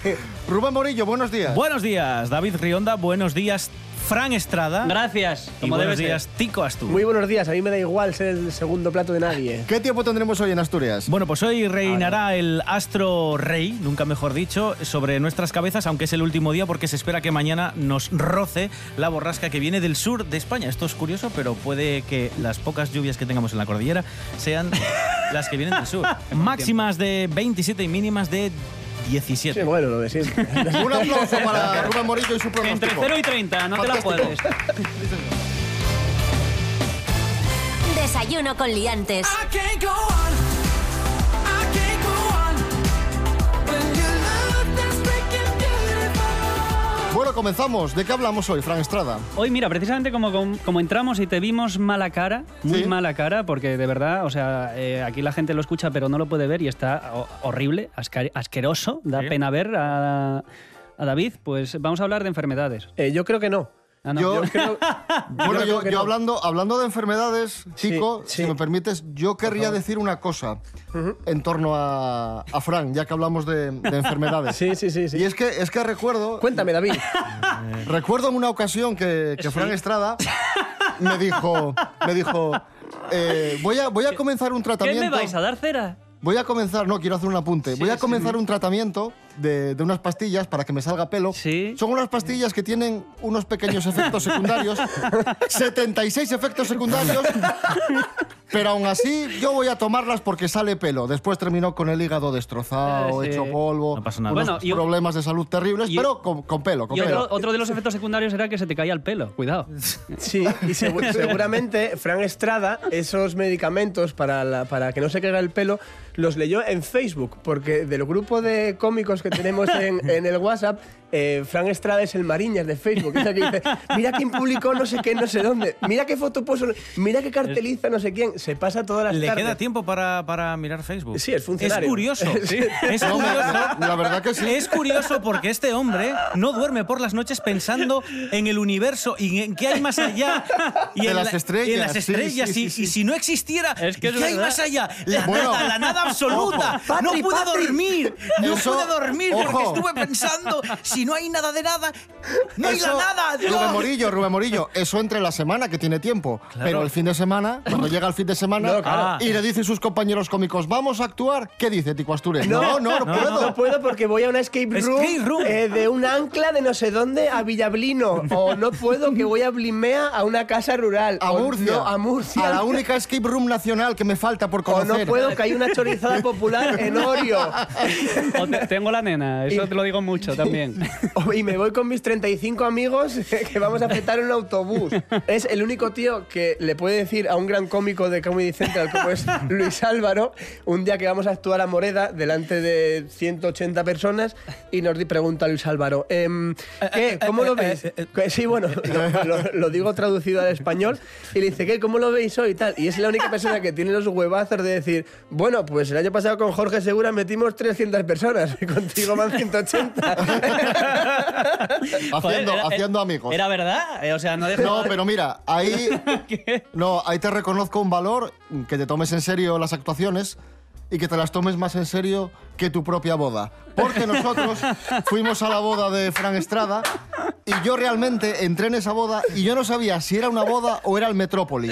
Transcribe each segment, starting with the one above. Rubén Morillo, buenos días. Buenos días, David Rionda. Buenos días, Fran Estrada. Gracias, Y como debe buenos ser. días, Tico Astur. Muy buenos días, a mí me da igual ser el segundo plato de nadie. ¿Qué tiempo tendremos hoy en Asturias? Bueno, pues Ah, hoy reinará el astro rey, nunca mejor dicho, sobre nuestras cabezas, aunque es el último día porque se espera que mañana nos roce la borrasca que viene del sur de España. Esto es curioso, pero puede que las pocas lluvias que tengamos en la cordillera sean las que vienen del sur. Máximas de 27 y mínimas de 17. Sí, bueno, lo de siempre. Un aplauso para Rubén Morillo y su pronóstico. Entre 0 y 30, no te la Fantástico. puedes. Desayuno con Liantes. I can't go on. I can't go on. When your love that's breaking beautiful. Bueno, comenzamos. ¿De qué hablamos hoy, Fran Estrada? Hoy, mira, precisamente como, como, como entramos y te vimos mala cara, muy Sí. mala cara, porque de verdad, o sea, eh, aquí la gente lo escucha pero no lo puede ver y está ho- horrible, asca- asqueroso, da Sí. pena ver a, a David, pues vamos a hablar de enfermedades. Eh, yo creo que no. Ah, no. Yo- Yo creo- Bueno, creo yo, que yo no. hablando, hablando de enfermedades, chico, sí. si me permites, yo querría decir una cosa en torno a, a Fran, ya que hablamos de, de enfermedades. Sí, sí, sí, sí. Y es que, es que recuerdo, eh, Cuéntame, David. recuerdo en una ocasión que, que Sí. Fran Estrada me dijo, me dijo eh, voy, a, voy a comenzar un ¿Qué tratamiento. me vais a dar cera? Voy a comenzar, no, quiero hacer un apunte. Voy a comenzar un tratamiento de, de unas pastillas para que me salga pelo. Sí. Son unas pastillas que tienen unos pequeños efectos secundarios, 76 efectos secundarios, pero aún así yo voy a tomarlas porque sale pelo. Después terminó con el hígado destrozado, Ah, sí. hecho polvo, No pasa nada. unos Bueno, y- problemas de salud terribles, y- pero con, con pelo, con Y pelo. otro, otro de los efectos secundarios era que se te caía el pelo, cuidado. Sí, y segu- seguramente Fran Estrada esos medicamentos para, la- para que no se caiga el pelo los leyó en Facebook, porque del grupo de cómicos que tenemos en, en el WhatsApp, eh, Fran Estrada es el Mariñas de Facebook. Es el que dice, mira quién publicó no sé qué, no sé dónde, mira qué foto puso, mira qué carteliza no sé quién, se pasa todas las Le tardes. queda tiempo para, para mirar Facebook. Sí, es funcionario. Es curioso. Sí. Es No, curioso. la- la verdad que sí. Es curioso porque este hombre no duerme por las noches pensando en el universo y en qué hay más allá. Y De en las la- estrellas, y en las sí, estrellas. sí, y, sí, sí. y si no existiera, Es que ¿y es ¿qué hay verdad. más allá? La Bueno. nada, la nada absoluta. Ojo. no Patri, pude Patri. dormir. No Eso- pude dormir porque ojo. estuve pensando, si no hay nada de nada, no hay la Eso- nada. Rubén no. Morillo, Rubén Morillo, eso entre la semana que tiene tiempo. Pero el fin de semana, cuando llega el fin de semana No, claro. Ah. y le dicen sus compañeros cómicos, vamos a actuar, ¿qué dice Tico Asturias? No, No, no, no, puedo. No puedo porque voy a una escape room, Escape room. eh, de un ancla de no sé dónde a Villablino. O no puedo que voy a Blimea a una casa rural. A O Murcia, no, a Murcia. A la única escape room nacional que me falta por O conocer. no puedo que hay una chorizada popular en Orio. O te- tengo la nena, eso te lo digo mucho también. O- Y me voy con mis 35 amigos que vamos a petar un autobús. Es el único tío que le puede decir a un gran cómico de Comedy Central como es Luis Álvaro, un día que vamos a actuar a Moreda delante de 180 personas y nos di- pregunta Luis Álvaro, em, ¿qué? ¿Cómo lo veis? Que Sí, bueno, lo, lo- lo digo traducido al español y le dice, ¿qué? ¿Cómo lo veis hoy? y Tal. Y es la única persona que tiene los huevazos de decir, bueno, pues el año pasado con Jorge Segura metimos 300 personas y contigo van 180. Haciendo- era- haciendo amigos. Era verdad. eh, O sea, no dejaba- No, pero mira, ahí. ¿Qué? No, ahí te reconozco un valor que te tomes en serio las actuaciones y que te las tomes más en serio que tu propia boda. Porque nosotros fuimos a la boda de Fran Estrada y yo realmente entré en esa boda y yo no sabía si era una boda o era el Metrópoli.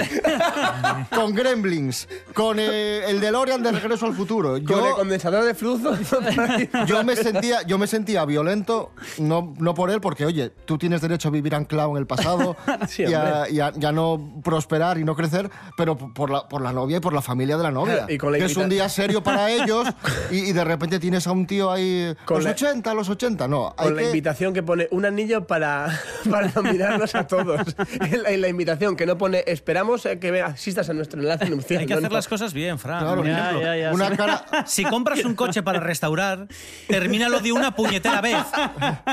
Con Gremlins, con eh, el DeLorean de Regreso al Futuro. Con el Yo, condensador de flujo. yo me sentía, yo me sentía violento, no, no por él, porque oye, tú tienes derecho a vivir anclado en el pasado Sí, y, a, y a- y a no prosperar y no crecer, pero p- por la, por la novia y por la familia de la novia. Y con la que es un invita- día serio para ellos y, y de repente tienes a un tío ahí. Con los la- 80, los 80, no. hay Con la que- invitación que pone un anillo para, para nominarnos a todos. En la, en la invitación que no pone esperamos eh, que asistas a nuestro enlace nupcial". Hay que No, hacer no. las cosas bien, Fran. Claro, Mira, Ya, ya, ya, una sí. cara. Si compras un coche para restaurar, termínalo de una puñetera vez.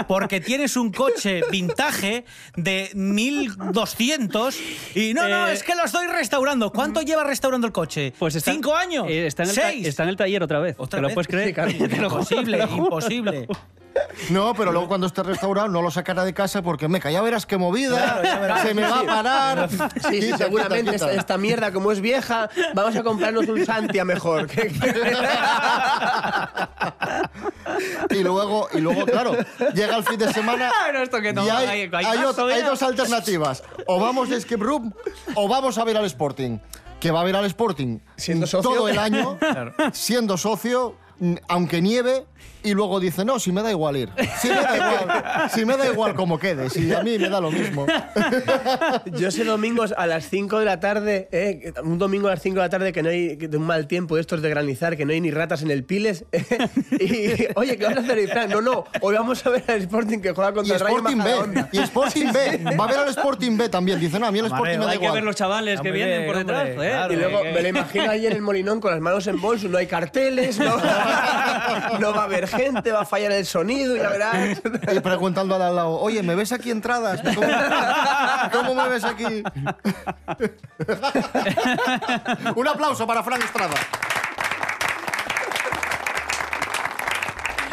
Porque tienes un coche vintage de 1200 y no, no, Eh, es que lo estoy restaurando. ¿Cuánto lleva restaurando el coche? Pues está- ¿Cinco años? eh, está, en el ta- ¿Seis? está en el taller otra vez. ¿Otra ¿Te lo vez? puedes creer? Sí, claro. Te lo juro, Imposible, te lo juro. Pues imposible. No, pero luego cuando esté restaurado no lo sacará de casa porque meca, ya verás qué movida, se me va a parar. Sí, sí, Quita, seguramente quita, esta, quita. esta mierda, como es vieja, vamos a comprarnos un Santia mejor. Que- Y luego, y luego, claro, llega el fin de semana Pero esto que Ah, no, y hay, hay- hay hay caso, ot- hay mira. dos alternativas. O vamos de escape room o vamos a ver al Sporting. Que va a ver al Sporting Siendo mm, socio. todo el año, siendo socio, mm, aunque nieve, y luego dice, no, si me da igual ir. Si me da igual, si me da igual como quede, si a mí me da lo mismo. Yo sé domingos a las 5 de la tarde, eh, un domingo a las 5 de la tarde que no hay que de un mal tiempo de estos de granizar, que no hay ni ratas en el Piles. eh, y, oye, ¿qué vas a hacer? Y Fran, No, no, hoy vamos a ver al Sporting que juega Y contra el Rayo Sporting B, Majadahonda. y Sporting B, va a ver al Sporting B también. Dice, no, a mí el Sporting me da Hay que igual. ver los chavales que Hombre, vienen por detrás. hombre, eh, claro. Y luego que- me lo imagino ahí en el Molinón con las manos en bolso, no hay carteles, no, no va a haber gente, va a fallar el sonido, ya verás. Y preguntando al al lado, oye, ¿me ves aquí entradas? ¿Cómo, cómo me ves aquí? Un aplauso para Frank Estrada.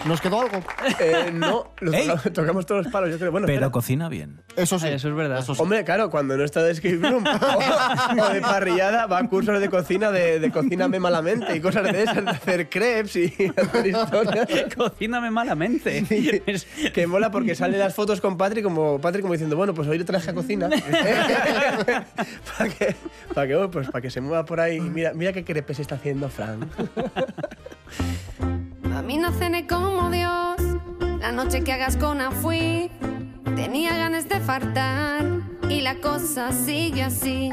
¿Nos quedó algo? Eh, no, lo Ey. toca- tocamos todos los palos, yo creo. Bueno, espera. Pero cocina bien. Eso sí. Ay, eso es verdad. sí. Hombre, claro, cuando no está de escape room o, o de parrillada, va a cursos de cocina de, de cocíname malamente y cosas de esas, de hacer crepes y hacer historias. Cocíname malamente. Es- Que mola porque salen las fotos con Patrick como, Patrick como diciendo, bueno, pues hoy le traje a cocina. para que, para que, bueno, pues, para que se mueva por ahí. Mira, mira qué crepes está haciendo Frank. Mami, no cené como Dios. La noche que hagas con fui. Tenía ganas de fartar. Y la cosa sigue así.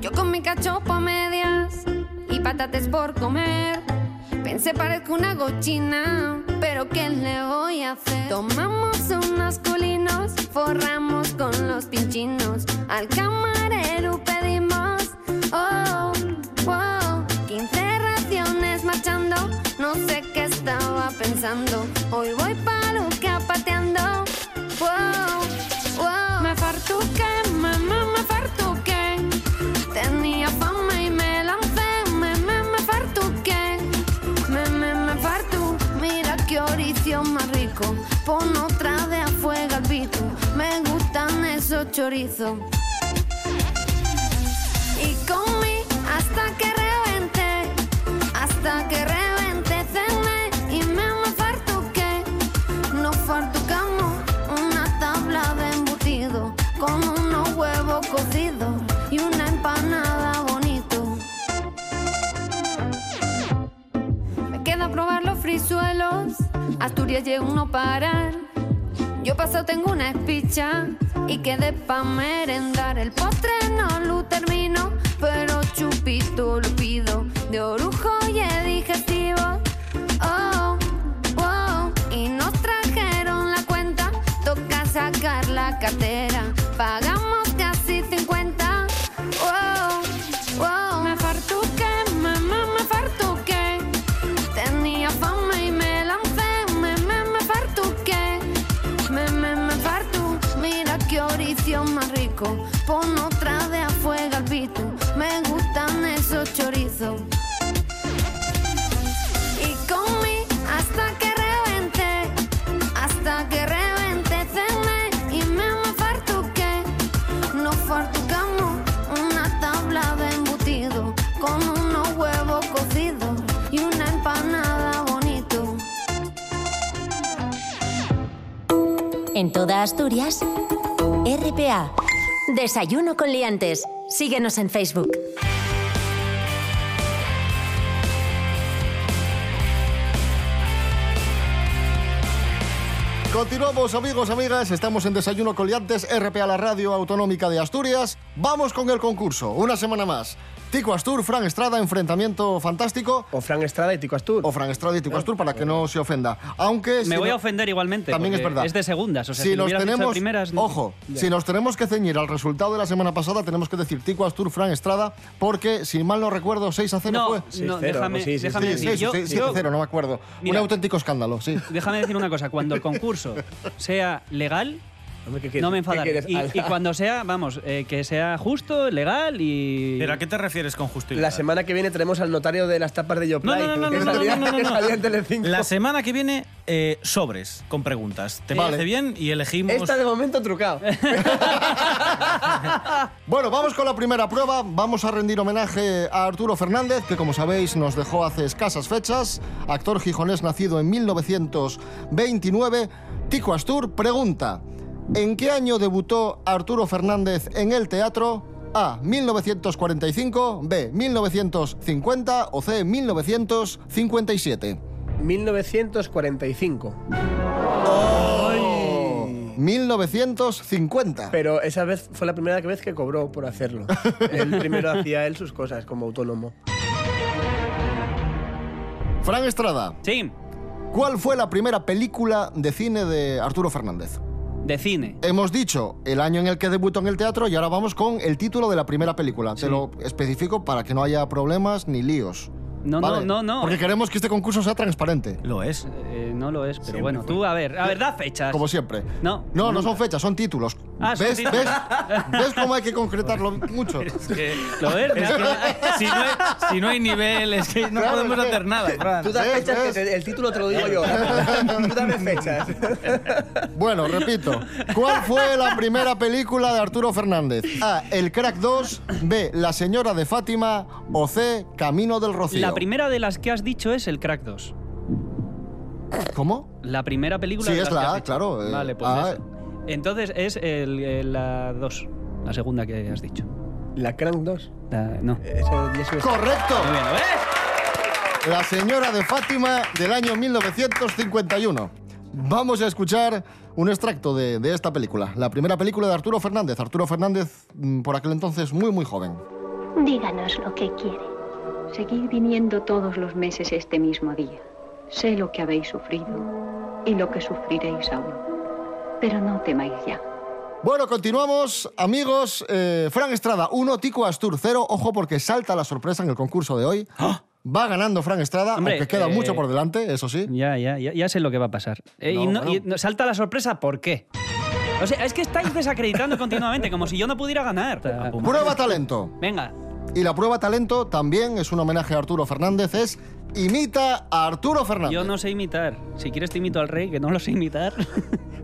Yo con mi cachopo a medias. Y patates por comer. Pensé parezco una gochina. Pero ¿qué le voy a hacer? Tomamos unos culinos. Forramos con los pinchinos. Al camarero pedimos. Oh, wow. 15 raciones marchando, no sé qué estaba pensando. Hoy voy paluca pateando. Wow, wow. Me fartuqué, mamá, me fartuqué. Tenía fama y me lancé, me, me, me fartuqué. Me, me, me fartu. Mira qué orición más rico. Pon otra de afuera al pito. Me gustan esos chorizos y comí hasta que reventé, hasta que reventé, cené y me me fartuqué. Nos fartucamos una tabla de embutido con unos huevos cocidos y una empanada bonito. Me queda probar los frisuelos, Asturias llegó uno parar. Yo paso tengo una espicha y quedé pa' merendar. El postre no lo termino, pero chupito lo pido. De orujo y es digestivo. Oh, oh, y nos trajeron la cuenta. Toca sacar la cartera. Pagamos casi Oh, 50. Wow, wow. Me fartuqué, mamá, me fartuqué. Tenía fama y me lancé, me, me, me fartuqué. Me, me, me fartu, mira qué orición más rico. Pon otra de afuera al pito, me gustan esos chorizos. Y comí hasta que reventé, hasta que reventé. en toda Asturias. RPA. Desayuno con liantes. Síguenos en Facebook. Continuamos, amigos, amigas. Estamos en Desayuno Coliantes, RPA, la radio autonómica de Asturias. Vamos con el concurso. Una semana más. Tico Astur, Fran Estrada, enfrentamiento fantástico. O Fran Estrada y Tico Astur. O Fran Estrada y Tico Astur, para que no se ofenda. Aunque. si Eh. Me voy no- a ofender igualmente. También es porque verdad. Es de segundas. O sea, si, si, lo nos hubieras dicho de tenemos, primeras. no- ojo, Ya. si nos tenemos que ceñir al resultado de la semana pasada, tenemos que decir Tico Astur, Fran Estrada, porque si mal no recuerdo, 6 a 0 no, fue. no, 6-0, déjame, sí, sí, sí. déjame Sí, decir. seis o yo- seis- siete yo- a 0, no me acuerdo. Un Mira. auténtico escándalo, sí. déjame decir una cosa. Cuando el concurso sea legal, Hombre, ¿qué quieres? no me ¿Qué enfadaré. quieres? Y, y cuando sea, vamos, eh, que sea justo, legal y. ¿Pero a qué te refieres con justicia? La semana que viene tenemos al notario de las tapas de No, Yoplay. no, no, no, que no, no, salía- no, no, que no. salía en Telecinco. La semana que viene, eh, sobres con preguntas. ¿Te Vale. parece bien? Y elegimos. Esta de momento trucado. Bueno, vamos con la primera prueba. Vamos a rendir homenaje a Arturo Fernández, que como sabéis nos dejó hace escasas fechas. Actor gijonés nacido en 1929. Tico Astur pregunta, ¿en qué año debutó Arturo Fernández en el teatro? A. 1945, B. 1950 o C. 1957. 1945. 1950. Pero esa vez fue la primera vez que cobró por hacerlo. El primero hacía él sus cosas como autónomo. Fran Estrada, Sí, ¿cuál fue la primera película de cine de Arturo Fernández? de cine. Hemos dicho el año en el que debutó en el teatro y ahora vamos con el título de la primera película. Te lo especifico para que no haya problemas ni líos. No, no, ¿Vale? no, no. Porque queremos que este concurso sea transparente, Lo es. Eh, no lo es, pero bueno, tú, a ver, a ver, da fechas. como siempre. No, No, no son fechas, son títulos. Ah, son ¿Ves, títulos. ¿ves, ¿Ves cómo hay que concretarlo mucho? Lo es, Es que si, no hay, si no hay nivel, es que no Claro, podemos es que- hacer nada, Fran. Ah, Tú das ¿Ves? fechas, que ¿Ves? te- el título te lo digo yo. Tú dame fechas. Bueno, repito. ¿Cuál fue la primera película de Arturo Fernández? A. El Crack 2. B. La Señora de Fátima. O C. Camino del Rocío. La primera de las que has dicho es el Crack 2. ¿Cómo? La primera película Sí, de es las la que has A, dicho. claro, eh, Vale, pues A. esa. Entonces es el- el- la 2, la segunda que has dicho. La Crank 2. La- no. Eso- y eso es- ¡Correcto! Muy bien, ¿ves? La señora de Fátima del año 1951. Vamos a escuchar un extracto de, de esta película, la primera película de Arturo Fernández. Arturo Fernández, mm, por aquel entonces, muy, muy joven. Díganos lo que quiere. Seguid viniendo todos los meses este mismo día. Sé lo que habéis sufrido y lo que sufriréis aún. Pero no temáis ya. Bueno, continuamos, amigos. Eh, Fran Estrada 1, Tico Astur 0. Ojo porque salta la sorpresa en el concurso de hoy. Va ganando Fran Estrada, ¡Ah! Hombre, aunque queda eh, mucho por delante, eso sí. Ya, ya, ya, ya sé lo que va a pasar. Eh, y No, no- y bueno. no- salta la sorpresa, ¿por qué? O sea, es que estáis desacreditando continuamente, como si yo no pudiera ganar. Prueba talento. Venga, Y la prueba talento también es un homenaje a Arturo Fernández, es imita a Arturo Fernández. yo no sé imitar. Si quieres te imito al rey, que no lo sé imitar.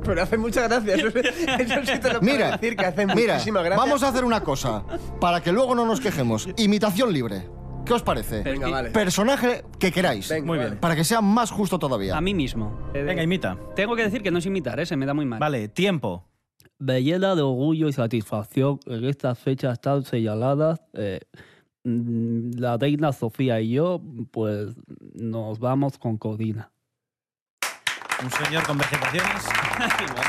Pero hace mucha gracia. Eso, eso sí te lo puedo Mira, decir, que hace mira, muchísima gracia. vamos a hacer una cosa, para que luego no nos quejemos. Imitación libre. ¿Qué os parece? Pero- Venga, vale. Personaje que queráis. Venga, Muy vale. bien. Para que sea más justo todavía. A mí mismo. Eh, Venga, imita. Tengo que decir que no es imitar, ¿eh? se me da muy mal. Vale, tiempo. Belleza de orgullo y satisfacción en estas fechas tan señaladas. eh, mm, la reina Sofía y yo, pues nos vamos con Codina. Un señor con vegetaciones.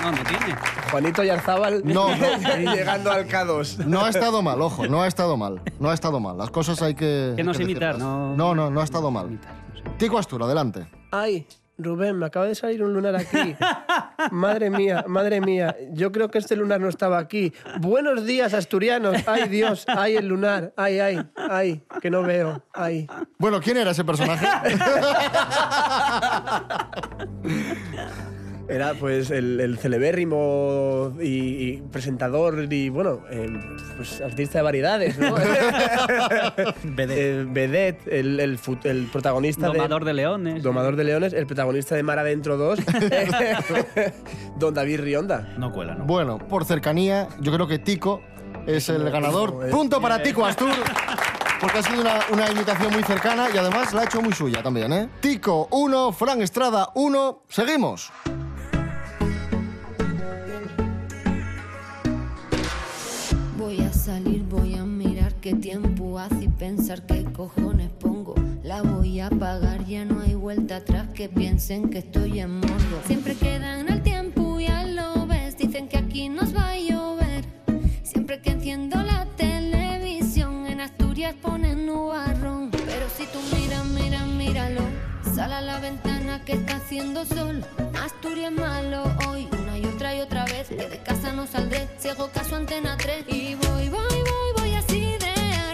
no, no tiene. Juanito Yarzábal No, no. llegando al K2. No ha estado mal, ojo, no ha estado mal. No ha estado mal. Las cosas hay que. Que no sé hay imitar, decirlas. no. No, no, no ha estado mal. Imitar, no sé. Tico Astur, adelante. Ay, Rubén, me acaba de salir un lunar aquí. Madre mía, madre mía. Yo creo que este lunar no estaba aquí. Buenos días, asturianos. Ay, Dios. Ay, el lunar. Ay, ay, ay. Que no veo. Ay. Bueno, ¿quién era ese personaje? Era pues el, el celebérrimo y, y presentador y bueno, eh, pues artista de variedades, ¿no? BD. Eh, Vedette, el, el fut- el protagonista de- Domador de leones. Domador de Leones, el protagonista de Mar Adentro 2, Don David Rionda. No cuela, no. bueno, por cercanía, yo creo que Tico es el ganador. es- Punto para Tico Astur. Porque ha sido una, una imitación muy cercana y además la ha hecho muy suya también, ¿eh? Tico 1, Fran Estrada 1, seguimos. qué tiempo hace y pensar qué cojones pongo. La voy a pagar, ya no hay vuelta atrás que piensen que estoy en morbo. Siempre quedan al tiempo, ya lo ves, dicen que aquí nos va a llover. Siempre que enciendo la televisión, en Asturias ponen nubarrón. Pero si tú miras, mira, míralo. Sal a la ventana que está haciendo sol. Asturias malo hoy, una y otra y otra vez. Que de casa no saldré, si hago caso a antena 3. Y voy, voy, voy, voy a sidrear.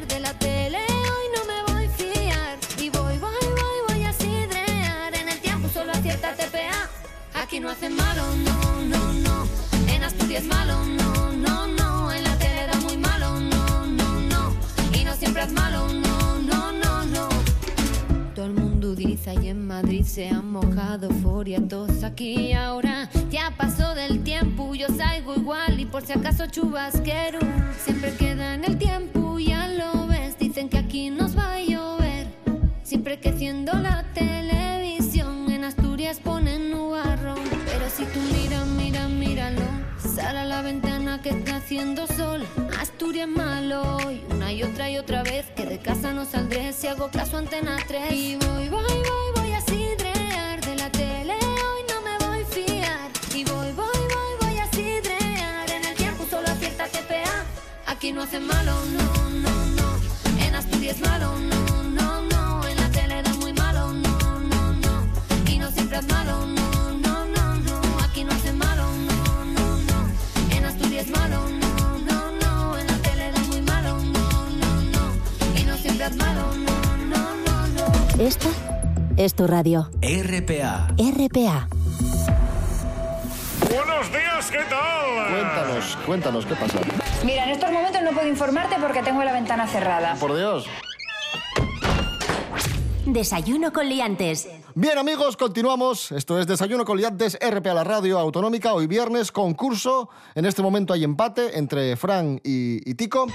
De la tele hoy no me voy a fiar. Y voy, voy, voy, voy a sidrear. En el tiempo solo acierta TPA. Aquí no hacen malo, no, no, no. En Asturias malo, no, no, no. En la tele da muy malo, no, no, no. Y no siempre es malo, no, no, no, no. Todo el mundo dice y en Madrid se han mojado euforia todos aquí y ahora ya pasó del tiempo yo salgo igual y por si acaso chubasquero siempre queda en el tiempo ya lo ves dicen que aquí nos va a llover siempre que enciendo la televisión en Asturias ponen nubarrón pero si tú miras mira míralo sal a la ventana que está haciendo sol Asturias malo hoy una y otra y otra vez que de casa no saldré si hago caso a antena 3 y voy voy voy voy a sidrear de la tele hoy no me voy a fiar y voy voy voy voy a sidrear en el tiempo solo acierta TPA aquí no hace malo no no no en Asturias malo no no no en la tele da muy malo no no no y no siempre es malo no no no no aquí no hace malo no no no en Asturias malo no no no en la tele da muy malo no no no y no siempre es malo no no no no Esta es tu radio. RPA. RPA. Buenos días, ¿qué tal? Cuéntanos, cuéntanos, ¿qué pasa? Mira, en estos momentos no puedo informarte porque tengo la ventana cerrada. Por Dios. Desayuno con liantes. Bien, amigos, continuamos. Esto es Desayuno con Liantes, RP a la radio autonómica. Hoy viernes, concurso. En este momento hay empate entre Fran y, y Tico.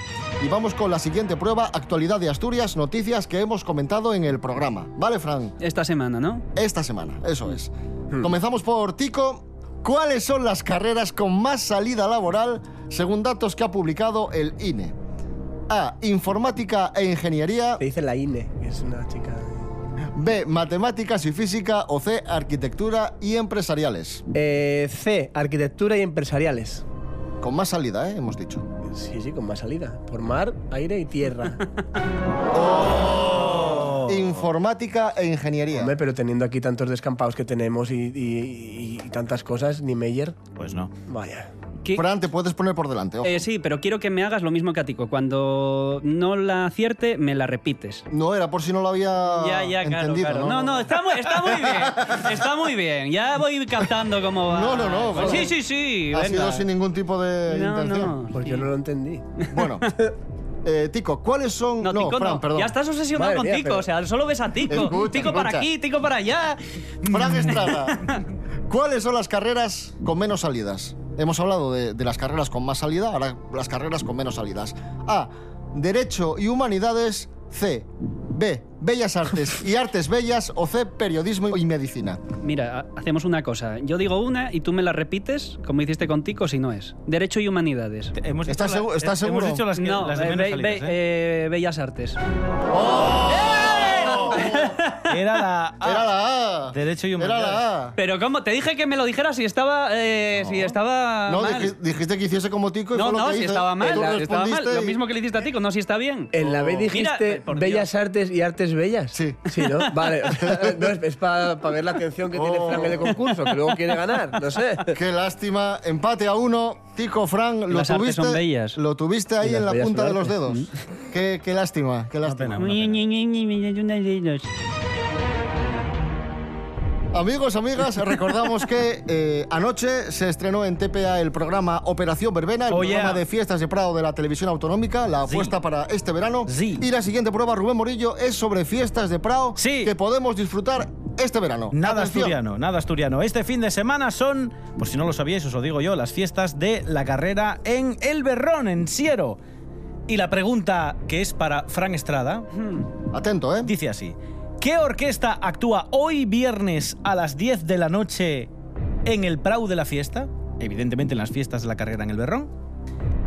Y vamos con la siguiente prueba, actualidad de Asturias, noticias que hemos comentado en el programa. ¿Vale, Fran? Esta semana, ¿no? Esta semana, eso es. Comenzamos por Tico. ¿Cuáles son las carreras con más salida laboral según datos que ha publicado el INE? A. Informática e ingeniería. Te dice la INE, que es una chica. de- B. Matemáticas y física. O C. Arquitectura y empresariales. Eh, C, arquitectura y empresariales. Con más salida, ¿eh? hemos dicho. Sí, sí, con más salida. Por mar, aire y tierra. Informática e ingeniería. Hombre, pero teniendo aquí tantos descampados que tenemos y, y- y- y tantas cosas, ni Meyer, Pues no. vaya. ¿Qué- Fran, te puedes poner por delante. ojo. Eh, sí, pero quiero que me hagas lo mismo que a Tico. Cuando no la acierte, me la repites. No era por si no lo había Ya, ya, claro, Ah, entendido. claro. ¿no? No, no, está muy, está muy bien. Está muy bien. Ya voy captando cómo va. No, no, no, Pues vale. sí, sí, sí. Ha venga. sido sin ningún tipo de No, intención. no. Pues yo no lo entendí. Bueno, eh, Tico, ¿cuáles son. No, Tico Fran, no. perdón. Ya estás obsesionado Madre con mía, Tico. pero- O sea, solo ves a Tico. Escucha, tico para escucha. aquí, Tico para allá. Fran Estrada, ¿cuáles son las carreras con menos salidas? Hemos hablado de, de las carreras con más salida, ahora las carreras con menos salidas. A. Derecho y Humanidades. C. B. Bellas Artes y Artes Bellas. O C. Periodismo y Medicina. Mira, ha- hacemos una cosa. Yo digo una y tú me la repites, como hiciste con Tico, si no es. Derecho y humanidades. Te- Hemos ¿Estás dicho la- segu- estás eh, seguro? Hemos dicho las, que, No, las de eh, menos be- salidas, be- ¿eh? eh, Bellas Artes. Era la A. Era la A. Derecho y Era la A. Pero ¿cómo? Te dije que me lo dijeras si estaba... eh, Si estaba No, mal. dij- dijiste que hiciese como Tico y No, fue lo no, que si hice. estaba mal, Tú estaba mal. respondiste Lo y- Eh, mismo que le hiciste a Tico, no, si está bien. En la B dijiste Oh, Mira, eh, por Bellas Dios. Artes y Artes Bellas. Sí. Sí, ¿no? Vale. No, es, para ver la atención que tiene Oh. Frank en el concurso, que luego quiere ganar. No sé. Qué lástima, empate a uno. Tico, Fran, lo Las artes tuviste, son bellas. lo tuviste ahí Y las en la bellas punta de son los arte. dedos. Qué, qué lástima, qué lástima. pena, Mm. una pena. Amigos, amigas, recordamos que eh, anoche se estrenó en TPA el programa Operación Verbena, el Oh, programa yeah. de fiestas de Prado de la televisión autonómica, la apuesta para este verano. Sí. Y la siguiente prueba, Rubén Morillo, es sobre fiestas de Prado Sí. que podemos disfrutar este verano. Nada Atención. asturiano, nada asturiano. Este fin de semana son, por si no lo sabíais, os lo digo yo, las fiestas de la carrera en El Berrón, en Siero. Y la pregunta que es para Fran Estrada Mm, Atento, ¿eh? dice así: ¿Qué orquesta actúa hoy viernes a las 10 de la noche en el Prau de la fiesta? Evidentemente en las fiestas de la carrera en El Berrón.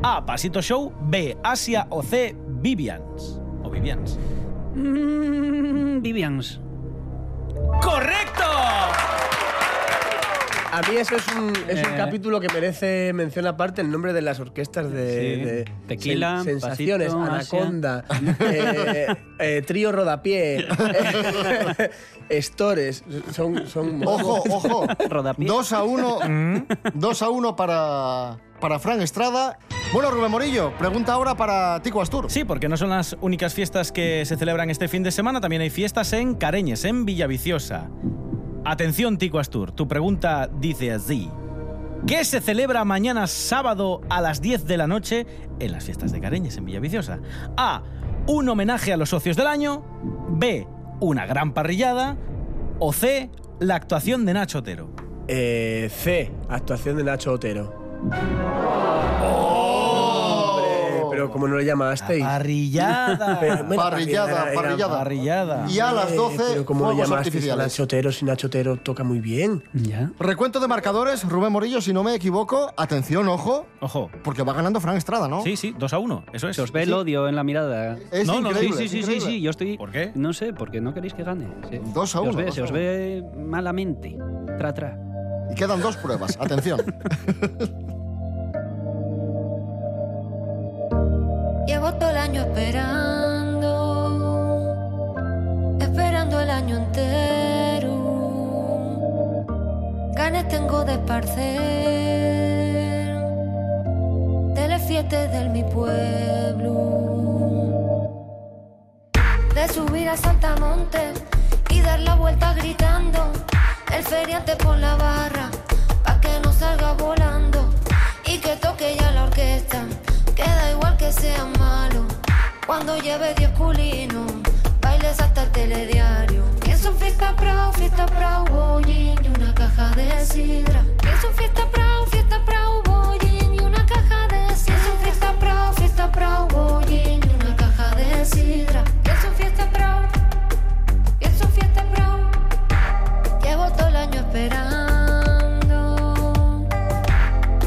A. Pasito Show. B. Asia. O C. Vivians. O Vivians. Mm, Vivians. ¡Correcto! A mí eso es un, es un Eh. capítulo que merece mención aparte el nombre de las orquestas de, Sí. de Tequila, sen- sensaciones, Pasito, Asia. anaconda, eh, eh, trío rodapié, eh, estores, son, son Ojo, ojo. Rodapié. 2 a Mm. 1. 2 a 1 para, para Fran Estrada. Bueno, Rubén Morillo, pregunta ahora para Tico Astur. Sí, porque no son las únicas fiestas que se celebran este fin de semana, también hay fiestas en Careñes, en Villaviciosa. Atención, Tico Astur, tu pregunta dice así. ¿Qué se celebra mañana sábado a las 10 de la noche en las fiestas de Careñes, en Villaviciosa? A. Un homenaje a los socios del año. B. Una gran parrillada. O C. La actuación de Nacho Otero. Eh, C, actuación de Nacho Otero. Oh. Hombre, pero como no le llamasteis. Parrillada. Pero, bueno, Parrillada, también era- era- parrillada. Parrillada. Y a las Eh, 12, pero como lo fuegos llamasteis a Nacho artificiales. Otero, si Nacho Otero toca muy bien. Ya. Recuento de marcadores, Rubén Morillo, si no me equivoco. Atención, ojo, Ojo. porque va ganando Fran Estrada, ¿no? Sí, sí, 2 a 1. Eso es. Se os ve el odio en la mirada. Es No, no, increíble. sí, sí, sí, increíble. sí, sí, yo estoy... ¿Por qué? No sé, porque no queréis que gane. sí. Dos a Se os uno, ve- dos Se a os uno. ve malamente. Tra, tra. Y quedan dos pruebas, atención. Llevo todo el año esperando, esperando el año entero. Ganas tengo de esparcer de las fiestas de mi pueblo. De subir a Saltamonte y dar la vuelta gritando. El feriante por la barra, pa' que no salga volando. Y que toque ya la orquesta, queda igual que sea malo. Cuando lleve 10 culinos, bailes hasta el telediario. Pienso en fiesta pro, fiesta pro, bollín y una caja de sidra. Pienso en fiesta pro, fiesta pro, bollín y una caja de sidra. Pienso en fiesta pro, fiesta pro, bollín y una caja de sidra. Pienso en fiesta pro, pienso en fiesta pro. Llevo todo el año esperando,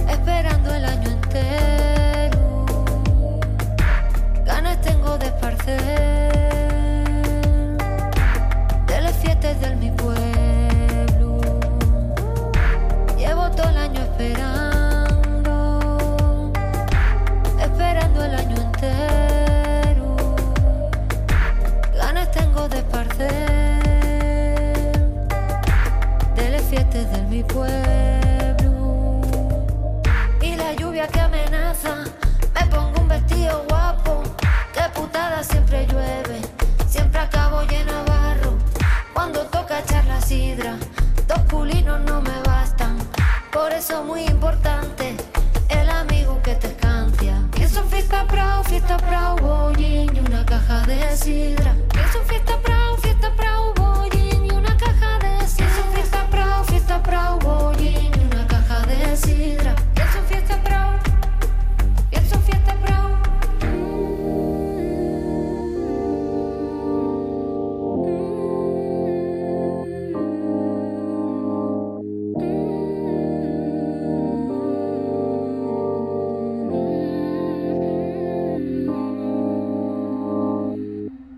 esperando el año entero. Ganas tengo de esparcer de las fiestas de mi pueblo. Llevo todo el año esperando, esperando el año entero. Ganas tengo de esparcer de las fiestas de mi pueblo. Y la lluvia que amenaza, me pongo un vestido guapo. Qué putada siempre llueve, siempre acabo llena de barro. Cuando toca echar la sidra, dos culinos no me bastan. Por eso muy importante, el amigo que te cantia. Pienso en fiesta pro, fiesta pro, bollín y una caja de sidra. Pienso en fiesta pro, fiesta pro, bollín y una caja de sidra. Pienso en fiesta pro, fiesta pro, bollín y una caja de sidra. Pienso en fiesta pro, pienso en fiesta Mm. pro.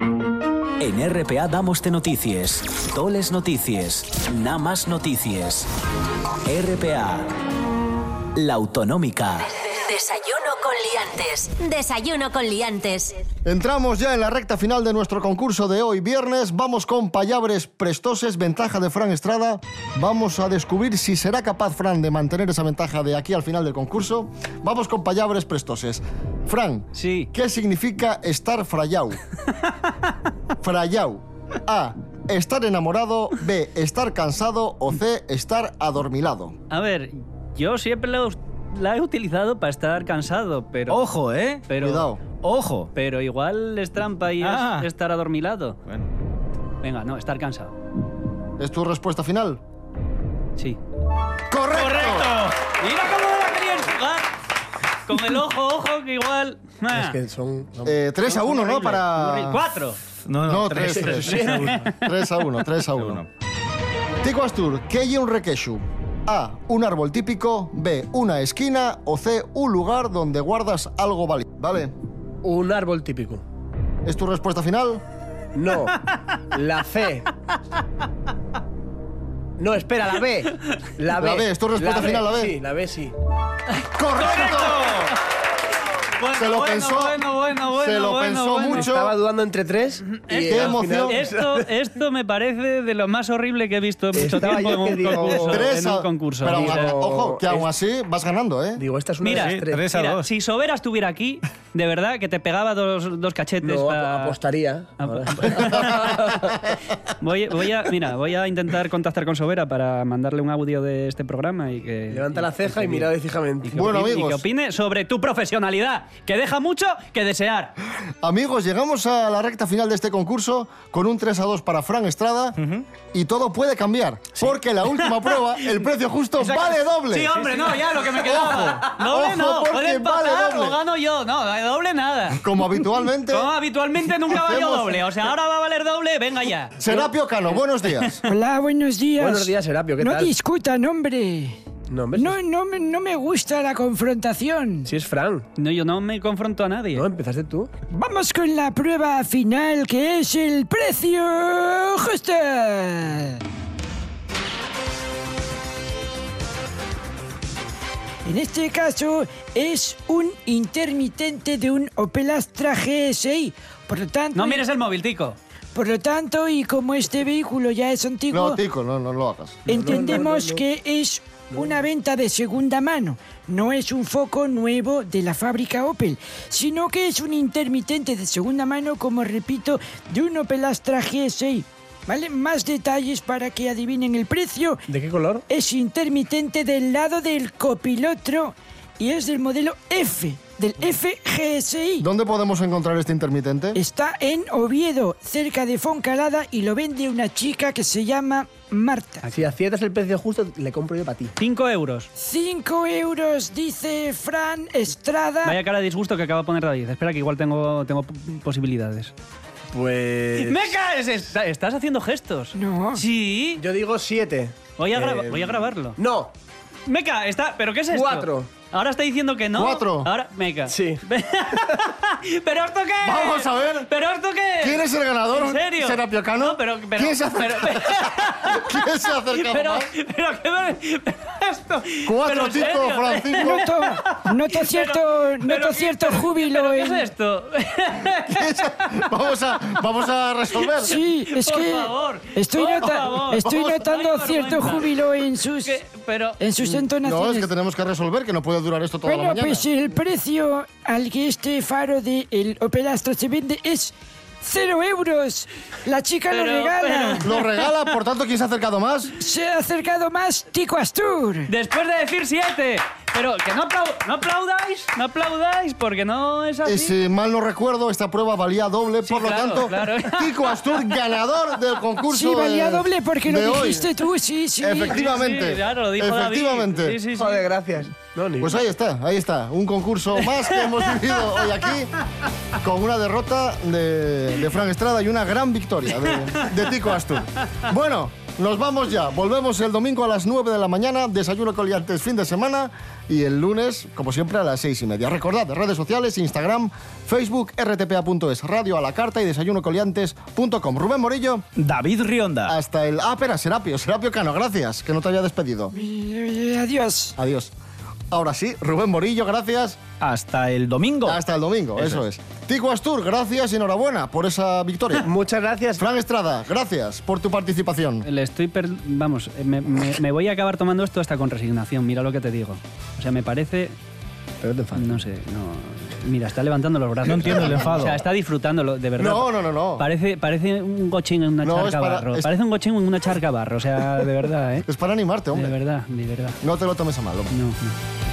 Mm-hmm. En RPA damos de noticias, toles noticias, nada más noticias. RPA, la autonómica. Desayuno con liantes. Desayuno con liantes. Entramos ya en la recta final de nuestro concurso de hoy viernes. Vamos con palabras prestoses, ventaja de Fran Estrada. Vamos a descubrir si será capaz Fran de mantener esa ventaja de aquí al final del concurso. Vamos con palabras prestoses. Fran, Sí. ¿qué significa estar frayau? frayau. A. Estar enamorado. B. Estar cansado. O C. Estar adormilado. A ver, yo siempre la, us- la he utilizado para estar cansado, pero... Ojo, ¿eh? pero, Oh, Cuidado. Ojo. Pero igual es trampa y es Ah. estar adormilado. Bueno. Venga, no, estar cansado. ¿Es tu respuesta final? Sí. ¡Correcto! ¡Mira cómo la quería enjugar! Con el ojo, ojo, que igual... ah. Ah. Es que son. Eh, 3 a 1, ¿no? Para... ¡Cuatro! No, no, No, tres, 3 tres. 3 a 1. 3 a 1, 3 a 1. Uno. Tico Astur, ¿qué hay un requeixo? A, un árbol típico, B, una esquina o C, un lugar donde guardas algo valioso. Vale. Un árbol típico. ¿Es tu respuesta final? No. La C. No, espera, la B. La B. La B, es tu respuesta final, la B. Sí, la B sí. ¡Correcto! Bueno, Se lo bueno, pensó. Bueno, bueno, bueno, Se lo bueno, pensó bueno. mucho. Estaba dudando entre tres. Y Qué al emoción. final- Esto, esto me parece de lo más horrible que he visto en mucho Estaba tiempo yo en un, que digo, concurso, Tres en un a- concurso. Pero Mira, aún- ojo, que aún es- así vas ganando, ¿eh? Digo, esta es una Mira, de Sí, las tres. tres a mira, dos. si Sobera estuviera aquí, de verdad que te pegaba dos, dos cachetes. No, pa- ap- apostaría. Ap- ah, Ahora. Voy, voy a, mira, voy a intentar contactar con Sobera para mandarle un audio de este programa y que... Levanta la ceja y mirad fijamente. que Bueno, opine- amigos. Y que opine sobre tu profesionalidad, que deja mucho que desear. Amigos, llegamos a la recta final de este concurso con un 3 a 2 para Fran Estrada y todo puede cambiar, porque la última prueba, el precio justo, Exacto. vale doble. Sí, hombre, no, ya lo que me quedaba. Ojo, doble ojo, no, porque puede empatar vale doble. o gano yo. No, doble nada. Como habitualmente, Como habitualmente nunca valió Hacemos- doble. O sea, ahora va a valer doble, venga ya. Serapio Cano, buenos días. Hola, buenos días. Buenos días, Serapio, ¿qué no tal? discutan, hombre. No, hombre, No, si- no, me- no me gusta la confrontación. Si es Fran. No, yo no me confronto a nadie. No, empezaste tú. Vamos con la prueba final, que es el precio justo. En este caso es un intermitente de un Opel Astra GSI. Por lo tanto, No mires el móvil, tico. por lo tanto y como este vehículo ya es antiguo, No, Tico, no, no lo hagas. Entendemos que es una venta de segunda mano. No es un foco nuevo de la fábrica Opel, sino que es un intermitente de segunda mano, como repito, de un Opel Astra GSI. ¿Vale? Más detalles para que adivinen el precio. ¿De qué color? Es intermitente del lado del copiloto y es del modelo F, del FGSI. ¿Dónde podemos encontrar este intermitente? Está en Oviedo, cerca de Foncalada, y lo vende una chica que se llama Marta. Si aciertas el precio justo, le compro yo para ti. 5 euros. 5 euros, dice Fran Estrada. Vaya cara de disgusto que acaba de poner David. Espera, que igual tengo, tengo posibilidades. Pues. ¡Me caes! Está- estás haciendo gestos. No. Sí. Yo digo siete. Voy a, graba- Eh, voy a grabarlo. No. Meca, está. ¿Pero qué es esto? Cuatro. Ahora está diciendo que no. Cuatro. Ahora, Meca. Sí. ¿Pero esto qué es? Vamos a ver. ¿Pero esto qué es? ¿Quién es el ganador? ¿En serio? ¿Serapio Cano? No, pero. pero ¿Quién se hace- pero, ¿Quién se ha acercado pero, más? pero, qué me- pero esto. pero Cuatro, en Tico, serio. Fran, cinco. Noto, noto cierto, noto pero- cierto pero- júbilo pero ¿Qué en- es esto? Vamos a, vamos a resolver. Sí, es Por que favor, estoy, por nota- favor. estoy Vamos, notando ay, cierto vergüenza. júbilo en sus, ¿Qué? Pero. en sus entonaciones. No, es que tenemos que resolver, que no puede durar esto toda la bueno, mañana. pues el precio al que este faro del el Opel Astra se vende es 0 euros. La chica lo Pero- regala. Lo regala, por tanto, ¿quién se ha acercado más? Se ha acercado más Tico Astur. Después de decir siete. Pero que no, aplau- no aplaudáis, no aplaudáis, porque no es así. Y si mal no recuerdo, esta prueba valía doble, por lo claro, tanto, claro. Tico Astur, ganador del concurso. Sí, valía de- doble porque Pues, de lo hoy. dijiste tú, sí, sí. Efectivamente. Sí, claro, lo dijo David. efectivamente. Sí, sí, sí. Joder, gracias. No, ni. Pues ahí está, ahí está. Un concurso más que hemos vivido hoy aquí, con una derrota de, de Fran Estrada y una gran victoria de, de Tico Astur. Bueno, nos vamos ya. Volvemos el domingo a las 9 de la mañana, desayuno coliantes fin de semana y el lunes, como siempre, a las 6 y media. Recordad, redes sociales, Instagram, Facebook, rtpa.es, radio a la carta y desayunocoliantes.com. Rubén Morillo, David Rionda. hasta el... Ah, espera, Serapio, Serapio Cano, gracias, que no te había despedido. Eh, Adiós. Adiós. Ahora sí, Rubén Morillo, gracias. Hasta el domingo. Hasta el domingo, Oh, eso, es. Tico Astur, gracias y enhorabuena por esa victoria. Muchas gracias. Fran Estrada, gracias por tu participación. Le estoy per- Vamos, eh, me, me- me voy a acabar tomando esto hasta con resignación, mira lo que te digo. O sea, me parece... Pero te falta. No sé, no... Mira, está levantando los brazos. No entiendo el enfado. O sea, está disfrutándolo, de verdad. No, no, no, no. Parece, parece un gochín en una No, es charca para- barro. es- Parece un gochín en una charca barro, o sea, de verdad, ¿eh? Es para animarte, De hombre. verdad, de verdad. No te lo tomes a mal, hombre. No, no.